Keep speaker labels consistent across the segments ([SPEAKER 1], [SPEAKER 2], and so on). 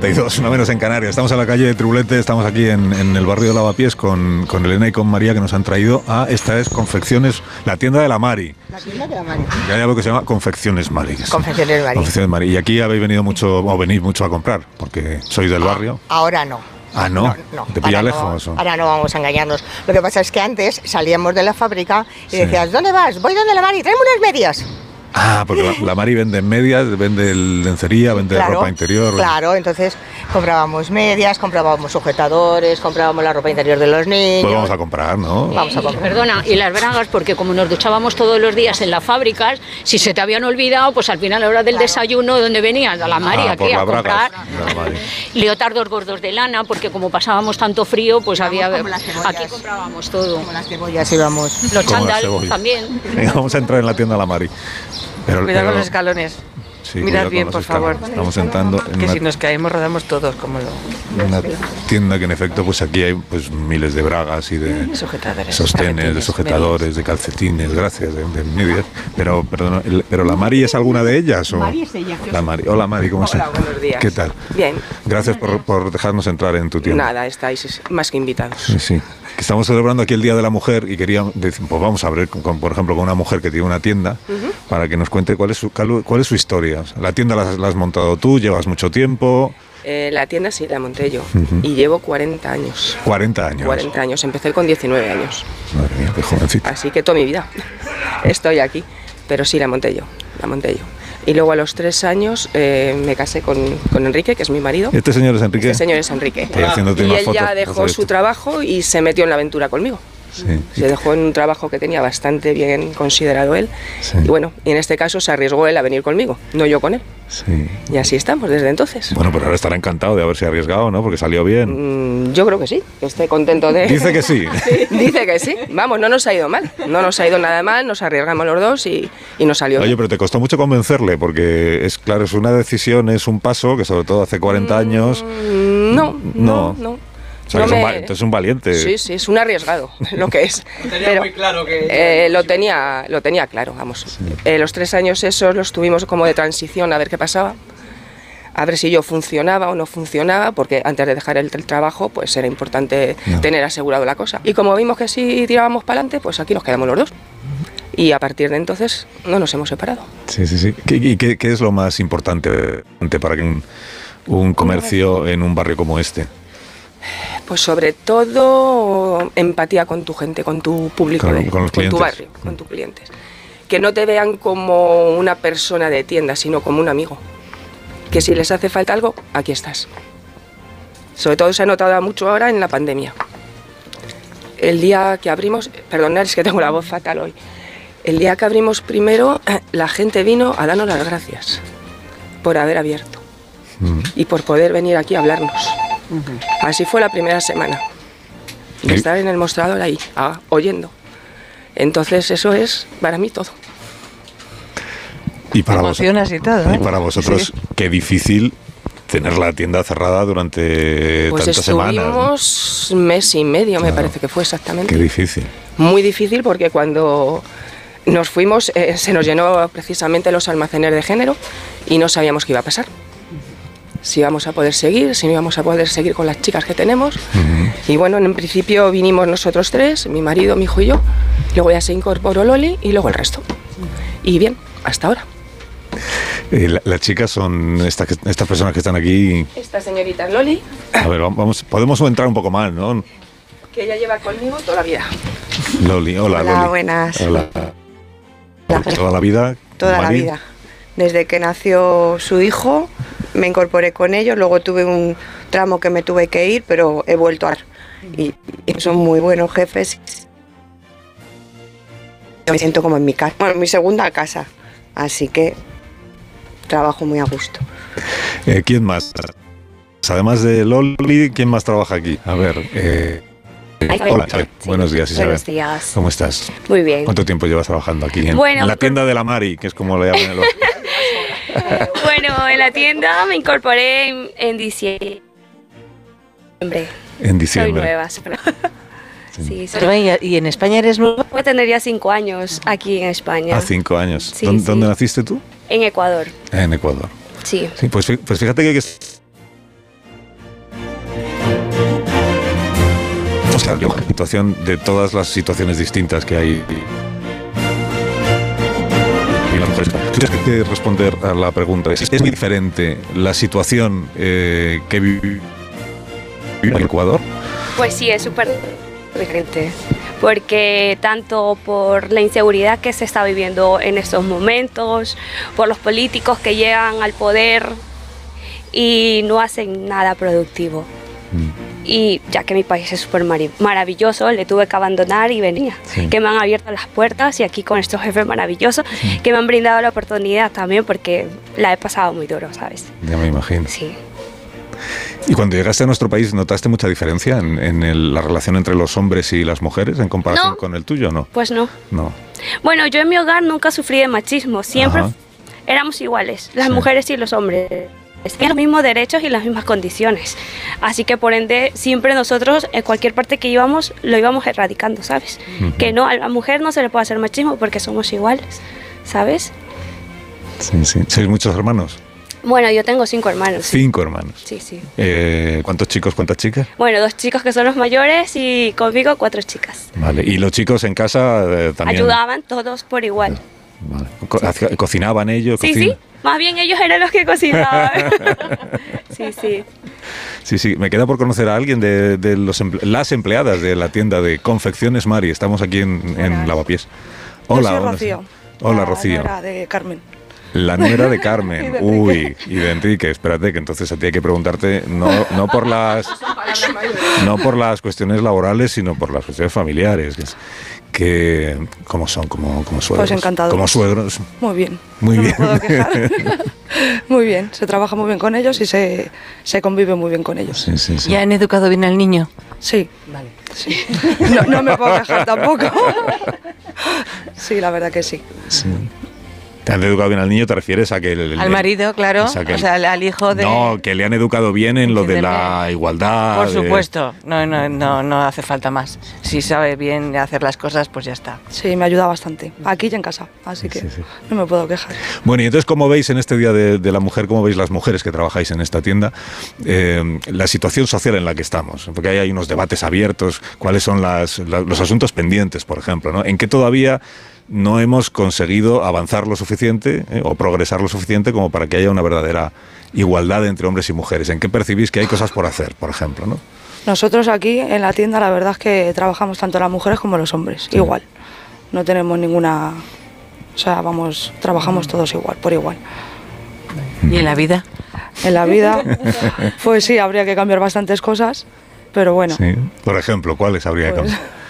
[SPEAKER 1] 32, una menos en Canarias. Estamos a la calle de Tribulete, estamos aquí en, en el barrio de Lavapiés con, con Elena y con María que nos han traído a esta es Confecciones, la tienda de la Mari.
[SPEAKER 2] La tienda de la Mari.
[SPEAKER 1] Ya hay algo que se llama Confecciones Mari.
[SPEAKER 2] Confecciones Mari.
[SPEAKER 1] Confecciones Mari. Y aquí habéis venido mucho, o venís mucho a comprar, porque sois del barrio.
[SPEAKER 2] Ahora no.
[SPEAKER 1] Ah, no. Te pilla
[SPEAKER 2] ahora
[SPEAKER 1] lejos,
[SPEAKER 2] no,
[SPEAKER 1] eso.
[SPEAKER 2] Ahora no vamos a engañarnos. Lo que pasa es que antes salíamos de la fábrica y
[SPEAKER 1] Sí.
[SPEAKER 2] decías, ¿dónde vas? Voy donde la Mari, tráeme unas medias.
[SPEAKER 1] Ah, porque la, la Mari vende medias, vende lencería, vende ropa interior.
[SPEAKER 2] Claro, entonces comprábamos medias, comprábamos sujetadores, comprábamos la ropa interior de los niños.
[SPEAKER 1] Pues vamos a comprar, ¿no?
[SPEAKER 2] Vamos a
[SPEAKER 3] Y,
[SPEAKER 2] comprar.
[SPEAKER 3] Perdona, y las bragas, porque como nos duchábamos todos los días en las fábricas, si se te habían olvidado, pues al final a la hora del desayuno, ¿dónde venías? A la María,
[SPEAKER 1] Ah, por
[SPEAKER 3] aquí a
[SPEAKER 1] las bragas.
[SPEAKER 3] comprar.
[SPEAKER 1] de la Mari.
[SPEAKER 3] Leotardos gordos de lana, porque como pasábamos tanto frío, pues había.
[SPEAKER 2] como las cebollas.
[SPEAKER 3] Aquí comprábamos todo.
[SPEAKER 2] Con las cebollas íbamos.
[SPEAKER 3] Los
[SPEAKER 1] Como las
[SPEAKER 3] chándal
[SPEAKER 1] cebollas.
[SPEAKER 3] también.
[SPEAKER 1] Venga, vamos a entrar en la tienda de la Mari. Pero-
[SPEAKER 4] Cuidado con
[SPEAKER 1] pero-
[SPEAKER 4] los escalones.
[SPEAKER 1] Sí,
[SPEAKER 4] Mirad
[SPEAKER 1] cuidado con
[SPEAKER 4] bien,
[SPEAKER 1] los
[SPEAKER 4] por
[SPEAKER 1] escalones.
[SPEAKER 4] favor.
[SPEAKER 1] Estamos entrando en
[SPEAKER 4] Que
[SPEAKER 1] una
[SPEAKER 4] si nos caemos rodamos todos, como lo
[SPEAKER 1] una tienda que en efecto pues aquí hay pues miles de bragas y de
[SPEAKER 4] sujetadores.
[SPEAKER 1] sostenes, eh, de
[SPEAKER 4] calcetines,
[SPEAKER 1] sujetadores, de calcetines, gracias, de, de medias. Pero perdona, el- pero la Mari es alguna de ellas o
[SPEAKER 2] Mari es ella.
[SPEAKER 1] La Mari. Hola Mari, ¿cómo
[SPEAKER 4] Hola,
[SPEAKER 1] estás?
[SPEAKER 4] buenos días.
[SPEAKER 1] ¿Qué tal?
[SPEAKER 4] Bien.
[SPEAKER 1] Gracias por, por dejarnos entrar en tu
[SPEAKER 4] medias.
[SPEAKER 1] tienda.
[SPEAKER 4] Nada, estáis más que invitados.
[SPEAKER 1] Sí, sí. Que Estamos celebrando aquí el Día de la Mujer y queríamos decir, pues vamos a abrir, con, con, por ejemplo, con una mujer que tiene una tienda para que nos cuente cuál es su, calu- cuál es su historia. O sea, la tienda la, has- la has montado tú, llevas mucho tiempo,
[SPEAKER 4] Eh, la tienda sí, la monté yo. Y llevo 40 años.
[SPEAKER 1] 40 años.
[SPEAKER 4] 40 años. Empecé con 19 años.
[SPEAKER 1] Madre mía, qué jovencita.
[SPEAKER 4] Así que toda mi vida estoy aquí. Pero sí, la monté yo. La monté yo. Y luego a los tres años eh, me casé con, con Enrique, que es mi marido.
[SPEAKER 1] Este señor es Enrique.
[SPEAKER 4] El señor es Enrique.
[SPEAKER 1] Estoy haciéndote
[SPEAKER 4] y
[SPEAKER 1] una
[SPEAKER 4] él
[SPEAKER 1] foto,
[SPEAKER 4] ya dejó
[SPEAKER 1] Rosalía.
[SPEAKER 4] su trabajo y se metió en la aventura conmigo.
[SPEAKER 1] Sí.
[SPEAKER 4] Se dejó en un trabajo que tenía bastante bien considerado él.
[SPEAKER 1] Sí.
[SPEAKER 4] Y bueno, y en este caso se arriesgó él a venir conmigo, no yo con él.
[SPEAKER 1] Sí.
[SPEAKER 4] Y así estamos desde entonces.
[SPEAKER 1] Bueno, pero ahora estará encantado de haberse arriesgado, ¿no? Porque salió bien.
[SPEAKER 4] Mm, Yo creo que sí, que esté contento de...
[SPEAKER 1] Dice que sí.
[SPEAKER 4] Dice que sí. Vamos, no nos ha ido mal. No nos ha ido nada mal, nos arriesgamos los dos y, y nos salió
[SPEAKER 1] Oye,
[SPEAKER 4] bien.
[SPEAKER 1] pero te costó mucho convencerle, porque es claro, es una decisión, es un paso que sobre todo hace 40 años.
[SPEAKER 4] Mm, No,
[SPEAKER 1] no.
[SPEAKER 4] no, no.
[SPEAKER 1] O sea,
[SPEAKER 4] No
[SPEAKER 1] que es un,
[SPEAKER 4] me-
[SPEAKER 1] va- entonces es un valiente.
[SPEAKER 4] Sí, sí, es un arriesgado lo que es.
[SPEAKER 5] tenía muy claro que-
[SPEAKER 4] eh, lo, tenía, lo tenía claro, vamos. Eh, los tres años esos los tuvimos como de transición a ver qué pasaba, a ver si yo funcionaba o no funcionaba, porque antes de dejar el, el trabajo pues era importante
[SPEAKER 1] Ya.
[SPEAKER 4] tener asegurado la cosa. Y como vimos que sí tirábamos para adelante, pues aquí nos quedamos los dos. Y a partir de entonces no nos hemos separado.
[SPEAKER 1] sí, sí. sí. ¿Qué, ¿Y qué, qué es lo más importante ante- para que un, un comercio en un barrio como este?
[SPEAKER 4] Pues sobre todo empatía con tu gente, con tu público,
[SPEAKER 1] Claro,
[SPEAKER 4] de-
[SPEAKER 1] con los
[SPEAKER 4] tu
[SPEAKER 1] clientes. Mm.
[SPEAKER 4] barrio, con tus clientes. Que no te vean como una persona de tienda, sino como un amigo. Que si les hace falta algo, aquí estás. Sobre todo se ha notado mucho ahora en la pandemia. El día que abrimos, perdonad, es que tengo la voz fatal hoy. El día que abrimos primero, eh, la gente vino a darnos las gracias por haber abierto
[SPEAKER 1] Mm.
[SPEAKER 4] y por poder venir aquí a hablarnos. Así fue la primera semana. De
[SPEAKER 1] Sí.
[SPEAKER 4] estar en el mostrador ahí, ah, oyendo. Entonces eso es para mí todo.
[SPEAKER 1] Y para vosotros.
[SPEAKER 4] y todo.
[SPEAKER 1] Y para vosotros, qué difícil tener la tienda cerrada durante
[SPEAKER 4] Pues
[SPEAKER 1] tantas semanas. ¿no?
[SPEAKER 4] estuvimos mes y medio, me
[SPEAKER 1] Claro.
[SPEAKER 4] parece que fue
[SPEAKER 1] Qué
[SPEAKER 4] exactamente.
[SPEAKER 1] difícil.
[SPEAKER 4] Muy difícil porque cuando nos fuimos eh, se nos llenó precisamente los almacenes de género y no sabíamos qué iba a pasar. Si íbamos a poder seguir, si no íbamos a poder seguir con las chicas que tenemos. Y bueno, en principio vinimos nosotros tres, mi marido, mi hijo y yo. Luego ya se incorporó Loli y luego el resto. Y bien, hasta ahora.
[SPEAKER 1] Eh, la- las chicas son estas que- estas personas que están aquí.
[SPEAKER 4] Esta señorita es Loli,
[SPEAKER 1] A ver, vam- vamos, podemos entrar un poco más, ¿no?
[SPEAKER 4] que ella lleva conmigo toda la vida.
[SPEAKER 1] Loli, hola,
[SPEAKER 6] Hola,
[SPEAKER 1] Loli.
[SPEAKER 6] buenas.
[SPEAKER 1] Hola. Toda la vida.
[SPEAKER 6] Toda
[SPEAKER 1] Mari?
[SPEAKER 6] la vida. Desde que nació su hijo, me incorporé con ellos. Luego tuve un tramo que me tuve que ir, pero he vuelto a. Y, y son muy buenos jefes. Yo me siento como en mi casa. Bueno, en mi segunda casa. Así que trabajo muy a gusto.
[SPEAKER 1] Eh, ¿Quién más? Además de Loli, ¿quién más trabaja aquí? A ver. eh, eh, hola, Isabel. buenos días, Isabel.
[SPEAKER 7] Buenos días.
[SPEAKER 1] ¿Cómo estás?
[SPEAKER 7] Muy bien.
[SPEAKER 1] ¿Cuánto tiempo llevas trabajando aquí? En,
[SPEAKER 7] Bueno, pues
[SPEAKER 1] en la
[SPEAKER 7] con-
[SPEAKER 1] tienda de la Mari, que es como le llaman. en los-
[SPEAKER 7] Bueno, en la tienda me incorporé en, en diciembre.
[SPEAKER 1] en
[SPEAKER 7] Soy
[SPEAKER 1] diciembre.
[SPEAKER 7] nueva. soy nueva. Sí, soy-
[SPEAKER 8] ¿Y en España eres nuevo?
[SPEAKER 7] Voy a tener ya cinco años aquí en España.
[SPEAKER 1] Ah, cinco años.
[SPEAKER 7] Sí,
[SPEAKER 1] ¿Dónde,
[SPEAKER 7] sí.
[SPEAKER 1] dónde naciste tú?
[SPEAKER 7] En Ecuador.
[SPEAKER 1] En Ecuador.
[SPEAKER 7] Sí.
[SPEAKER 1] Sí, pues, fí- pues fíjate que hay que sea, yo puntuación de todas las situaciones distintas que hay. Y las mujeres. Tú tienes que responder a la pregunta. ¿Es, es muy diferente la situación eh, que vive en Ecuador?
[SPEAKER 7] Pues sí, es súper diferente. Porque tanto por la inseguridad que se está viviendo en estos momentos, por los políticos que llegan al poder y no hacen nada productivo.
[SPEAKER 1] Mm,
[SPEAKER 7] Y ya que mi país es súper mari- maravilloso, le tuve que abandonar y venía.
[SPEAKER 1] Sí.
[SPEAKER 7] Que me han abierto las puertas y aquí con estos jefes maravillosos que me han brindado la oportunidad también porque la he pasado muy duro, ¿sabes?
[SPEAKER 1] Ya me imagino.
[SPEAKER 7] Sí.
[SPEAKER 1] ¿Y cuando llegaste a nuestro país notaste mucha diferencia en, en el- la relación entre los hombres y las mujeres en comparación
[SPEAKER 7] No.
[SPEAKER 1] con el tuyo o no?
[SPEAKER 7] Pues no.
[SPEAKER 1] No.
[SPEAKER 7] Bueno, yo en mi hogar nunca sufrí de machismo, siempre
[SPEAKER 1] Ajá.
[SPEAKER 7] éramos iguales, las
[SPEAKER 1] Sí.
[SPEAKER 7] mujeres y los hombres. Tenían los mismos derechos y las mismas condiciones. Así que por ende, siempre nosotros, en cualquier parte que íbamos, lo íbamos erradicando, ¿sabes?
[SPEAKER 1] Ujú.
[SPEAKER 7] Que no, a la mujer no se le puede hacer machismo porque somos iguales, ¿sabes?
[SPEAKER 1] Sí, sí. ¿Sois muchos hermanos?
[SPEAKER 7] Bueno, yo tengo cinco hermanos.
[SPEAKER 1] Cinco hermanos.
[SPEAKER 7] Sí, sí.
[SPEAKER 1] Eh, ¿Cuántos chicos, cuántas chicas?
[SPEAKER 7] Bueno, dos chicos que son los mayores y conmigo cuatro chicas.
[SPEAKER 1] Vale. ¿Y los chicos en casa eh, también?
[SPEAKER 7] Ayudaban todos por igual.
[SPEAKER 1] Vale. Co- hacia- ¿Cocinaban ellos?
[SPEAKER 7] Sí, sí.
[SPEAKER 1] Cocina-
[SPEAKER 7] Más bien ellos eran los que cocinaban. sí, sí.
[SPEAKER 1] Sí, sí, me queda por conocer a alguien de, de los emple- las empleadas de la tienda de Confecciones Mari. Estamos aquí en, en Lavapiés. Hola,
[SPEAKER 5] soy
[SPEAKER 1] hola.
[SPEAKER 5] Rocío. Ah,
[SPEAKER 1] Hola,
[SPEAKER 5] la
[SPEAKER 1] Rocío.
[SPEAKER 5] nuera de Carmen.
[SPEAKER 1] La nuera de
[SPEAKER 5] Y
[SPEAKER 1] Carmen.
[SPEAKER 5] de
[SPEAKER 1] Uy, y de Enrique. Espérate, que entonces a ti hay que preguntarte no, no por las no por las cuestiones laborales, sino por las cuestiones familiares. Que, es- que cómo son, como como suegros.
[SPEAKER 5] encantadores.
[SPEAKER 1] Como suegros.
[SPEAKER 5] Muy bien.
[SPEAKER 1] Muy
[SPEAKER 5] Pues no
[SPEAKER 1] bien.
[SPEAKER 5] Me puedo quejar. muy bien. Se trabaja muy bien con ellos y se, se convive muy bien con ellos.
[SPEAKER 1] Sí, sí, sí.
[SPEAKER 8] Ya han educado bien al niño.
[SPEAKER 5] Sí. Vale. No, no me puedo quejar tampoco. sí, la verdad que sí.
[SPEAKER 1] ¿Te han educado bien al niño? ¿Te refieres a que el, el-
[SPEAKER 8] Al
[SPEAKER 1] el-
[SPEAKER 8] marido, claro.
[SPEAKER 1] o sea, que
[SPEAKER 8] o
[SPEAKER 1] el-
[SPEAKER 8] sea, al, al hijo de.
[SPEAKER 1] No, que le han educado bien en lo de la igualdad.
[SPEAKER 8] Por
[SPEAKER 1] de-
[SPEAKER 8] supuesto. No, no, no, no hace falta más. Si sabe bien hacer las cosas, pues ya está.
[SPEAKER 5] Sí, me ayuda bastante. Aquí y en casa. Así que
[SPEAKER 1] Sí, sí.
[SPEAKER 5] no me puedo quejar.
[SPEAKER 1] Bueno, y entonces, ¿cómo veis en este Día de, de la Mujer, cómo veis las mujeres que trabajáis en esta tienda, eh, la situación social en la que estamos? Porque ahí hay unos debates abiertos, cuáles son las- la- los asuntos pendientes, por ejemplo, ¿no? En que todavía no hemos conseguido avanzar lo suficiente eh, o progresar lo suficiente como para que haya una verdadera igualdad entre hombres y mujeres. ¿En qué percibís que hay cosas por hacer, por ejemplo, no?
[SPEAKER 5] Nosotros aquí en la tienda la verdad es que trabajamos tanto las mujeres como los hombres, igual. No tenemos ninguna... O sea, vamos, trabajamos todos igual, por igual.
[SPEAKER 8] ¿Y en la vida?
[SPEAKER 5] En la vida, pues sí, habría que cambiar bastantes cosas, pero bueno.
[SPEAKER 1] Sí. Por ejemplo, ¿cuáles habría que
[SPEAKER 5] Pues-
[SPEAKER 1] cambiar?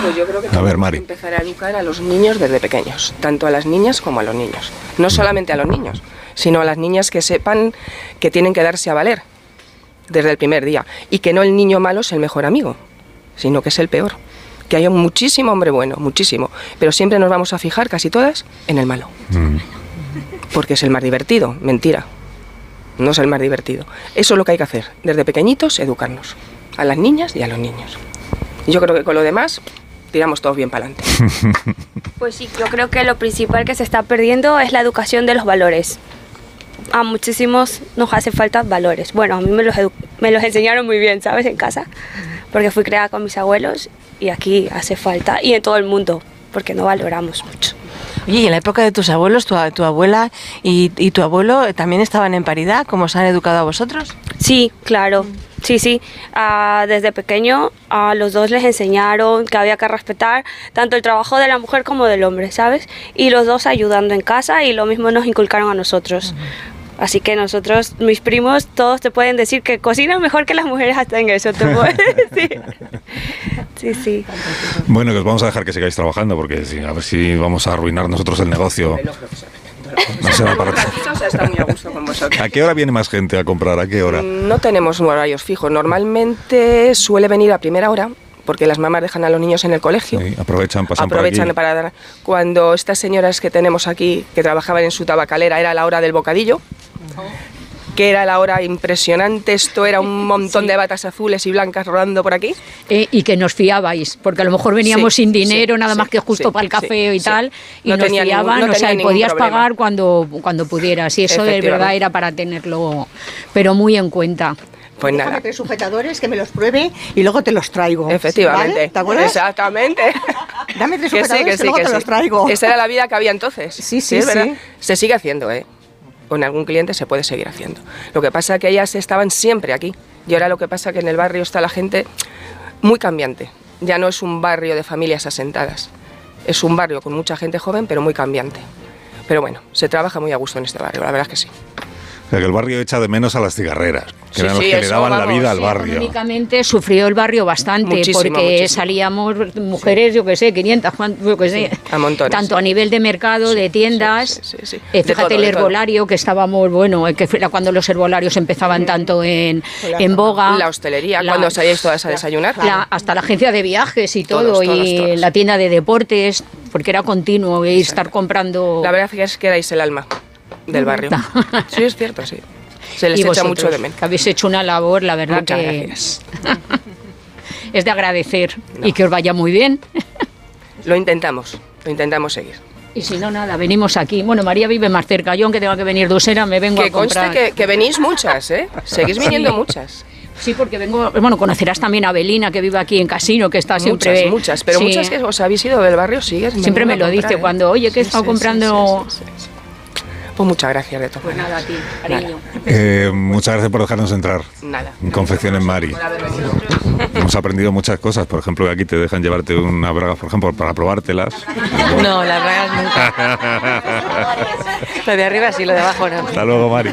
[SPEAKER 4] Pues yo creo que
[SPEAKER 1] A ver,
[SPEAKER 4] tenemos
[SPEAKER 1] Mari.
[SPEAKER 4] que empezar a educar a los niños desde pequeños, tanto a las niñas como a los niños. No solamente a los niños, sino a las niñas que sepan que tienen que darse a valer desde el primer día y que no el niño malo es el mejor amigo, sino que es el peor. Que haya muchísimo hombre bueno, muchísimo, pero siempre nos vamos a fijar casi todas en el malo,
[SPEAKER 1] Mm.
[SPEAKER 4] porque es el más divertido, mentira. No es el más divertido. Eso es lo que hay que hacer, desde pequeñitos educarnos, a las niñas y a los niños. Y yo creo que con lo demás tiramos todos bien para adelante.
[SPEAKER 7] Pues sí, yo creo que lo principal que se está perdiendo es la educación de los valores. A muchísimos nos hace falta valores. Bueno, a mí me los, edu- me los enseñaron muy bien, ¿sabes? En casa, porque fui creada con mis abuelos y aquí hace falta, y en todo el mundo, porque no valoramos mucho.
[SPEAKER 8] Oye, y en la época de tus abuelos, tu, a- tu abuela y, y tu abuelo eh, también estaban en paridad, como os han educado a vosotros.
[SPEAKER 7] Sí, claro. Sí, sí. Ah, desde pequeño a los dos les enseñaron que había que respetar tanto el trabajo de la mujer como del hombre, ¿sabes? Y los dos ayudando en casa y lo mismo nos inculcaron a nosotros. Así que nosotros, mis primos, todos te pueden decir que cocinan mejor que las mujeres hasta en eso, te puedo decir. Sí, sí.
[SPEAKER 1] Bueno, que os vamos a dejar que sigáis trabajando porque si- a ver si vamos a arruinar nosotros el negocio. No se va para atrás.
[SPEAKER 4] O sea, está muy a gusto Mm, con vosotros.
[SPEAKER 1] ¿A qué hora viene más gente a comprar? ¿A qué hora?
[SPEAKER 4] No tenemos horarios fijos. Normalmente suele venir a primera hora, porque las mamás dejan a los niños en el colegio.
[SPEAKER 1] Sí, aprovechan, pasan
[SPEAKER 4] Aprovechan
[SPEAKER 1] por aquí.
[SPEAKER 4] para dar. Cuando estas señoras que tenemos aquí, que trabajaban en su tabacalera, era la hora del bocadillo, que era la hora impresionante, esto era un montón de batas azules y blancas rodando por aquí.
[SPEAKER 3] Eh, y que nos fiabais, porque a lo mejor veníamos
[SPEAKER 4] Sí,
[SPEAKER 3] sin dinero,
[SPEAKER 4] sí,
[SPEAKER 3] nada
[SPEAKER 4] sí,
[SPEAKER 3] más que justo
[SPEAKER 4] sí,
[SPEAKER 3] para el café
[SPEAKER 4] sí,
[SPEAKER 3] y
[SPEAKER 4] sí.
[SPEAKER 3] tal, y
[SPEAKER 4] No
[SPEAKER 3] nos
[SPEAKER 4] tenía ningún-
[SPEAKER 3] fiaban,
[SPEAKER 4] no
[SPEAKER 3] o sea,
[SPEAKER 4] tenía
[SPEAKER 3] y
[SPEAKER 4] ningún
[SPEAKER 3] podías
[SPEAKER 4] problema.
[SPEAKER 3] pagar cuando, cuando pudieras, y eso de verdad
[SPEAKER 4] Efectivamente.
[SPEAKER 3] era para tenerlo, pero muy en cuenta.
[SPEAKER 4] Pues nada.
[SPEAKER 2] Déjame pedir sujetadores que me los pruebe y luego te los traigo.
[SPEAKER 4] Efectivamente.
[SPEAKER 2] ¿Vale? ¿Te acuerdas?
[SPEAKER 4] Exactamente.
[SPEAKER 2] Dame tres
[SPEAKER 4] que sí,
[SPEAKER 2] sujetadores
[SPEAKER 4] que
[SPEAKER 2] que,
[SPEAKER 4] sí,
[SPEAKER 2] luego
[SPEAKER 4] que
[SPEAKER 2] te
[SPEAKER 4] sí.
[SPEAKER 2] los traigo.
[SPEAKER 4] Esa era la vida que había entonces.
[SPEAKER 2] Sí, sí,
[SPEAKER 4] es
[SPEAKER 2] sí.
[SPEAKER 4] verdad. Se sigue haciendo, ¿eh? Con algún cliente se puede seguir haciendo. Lo que pasa que ellas estaban siempre aquí. Y ahora lo que pasa que en el barrio está la gente muy cambiante. Ya no es un barrio de familias asentadas. Es un barrio con mucha gente joven, pero muy cambiante. Pero bueno, se trabaja muy a gusto en este barrio, la verdad es que sí.
[SPEAKER 1] O sea, que el barrio echa de menos a las cigarreras, que
[SPEAKER 4] Sí,
[SPEAKER 1] eran
[SPEAKER 4] sí,
[SPEAKER 1] los que le
[SPEAKER 4] eso,
[SPEAKER 1] daban la
[SPEAKER 4] vamos,
[SPEAKER 1] vida al
[SPEAKER 4] sí,
[SPEAKER 1] barrio.
[SPEAKER 3] Económicamente sufrió el barrio bastante
[SPEAKER 4] Muchísimo,
[SPEAKER 3] porque
[SPEAKER 4] muchísimo.
[SPEAKER 3] salíamos mujeres, yo que sé, 500, cuan- yo que sé,
[SPEAKER 4] a montones.
[SPEAKER 3] tanto a nivel de mercado, de tiendas,
[SPEAKER 4] sí, sí, sí.
[SPEAKER 3] eh,
[SPEAKER 4] De
[SPEAKER 3] fíjate
[SPEAKER 4] todo,
[SPEAKER 3] el
[SPEAKER 4] de todo.
[SPEAKER 3] herbolario que estábamos, bueno, eh, que era cuando los herbolarios empezaban tanto en, en boga.
[SPEAKER 4] Mm. Pues La hostelería,
[SPEAKER 3] Ah, La-
[SPEAKER 4] cuando salíais todas a desayunar.
[SPEAKER 3] la- hasta la agencia de viajes y todo,
[SPEAKER 4] Todos, todos,
[SPEAKER 3] y
[SPEAKER 4] todos.
[SPEAKER 3] la tienda de deportes, porque era continuo y estar comprando.
[SPEAKER 4] La verdad es que erais el alma del barrio. Sí, es cierto, sí. Se les
[SPEAKER 3] y
[SPEAKER 4] echa
[SPEAKER 3] vosotros,
[SPEAKER 4] mucho de menos.
[SPEAKER 3] Que habéis hecho una labor, la verdad
[SPEAKER 4] Muchas
[SPEAKER 3] que
[SPEAKER 4] gracias.
[SPEAKER 3] es de agradecer y que os vaya muy bien.
[SPEAKER 4] Lo intentamos, lo intentamos seguir.
[SPEAKER 3] Y si no, nada, venimos aquí. Bueno, María vive más cerca. Yo, aunque tenga que venir de Usera, me vengo
[SPEAKER 4] Que
[SPEAKER 3] a
[SPEAKER 4] conste
[SPEAKER 3] comprar.
[SPEAKER 4] que, que venís muchas, ¿eh? Seguís viniendo
[SPEAKER 3] Sí.
[SPEAKER 4] muchas.
[SPEAKER 3] Sí, porque vengo. Bueno, conocerás también a Belina, que vive aquí en Casino, que está Ah, siempre.
[SPEAKER 4] muchas, muchas. Pero
[SPEAKER 3] Sí.
[SPEAKER 4] muchas que os habéis ido del barrio, sigues.
[SPEAKER 3] Siempre
[SPEAKER 4] viniendo
[SPEAKER 3] me lo
[SPEAKER 4] a comprar,
[SPEAKER 3] dice
[SPEAKER 4] ¿eh?
[SPEAKER 3] cuando, oye, que he
[SPEAKER 4] Sí,
[SPEAKER 3] estado
[SPEAKER 4] sí,
[SPEAKER 3] comprando-
[SPEAKER 4] sí, sí, sí, sí. Pues muchas gracias de todo.
[SPEAKER 3] Pues nada, a ti, cariño.
[SPEAKER 1] Eh, muchas gracias por dejarnos entrar.
[SPEAKER 4] Nada.
[SPEAKER 1] En Confecciones Mari. Hemos aprendido muchas cosas. Por ejemplo, que aquí te dejan llevarte una braga, por ejemplo, para probártelas.
[SPEAKER 8] No, las bragas nunca. Lo de arriba sí, lo de abajo no.
[SPEAKER 1] Hasta luego, Mari.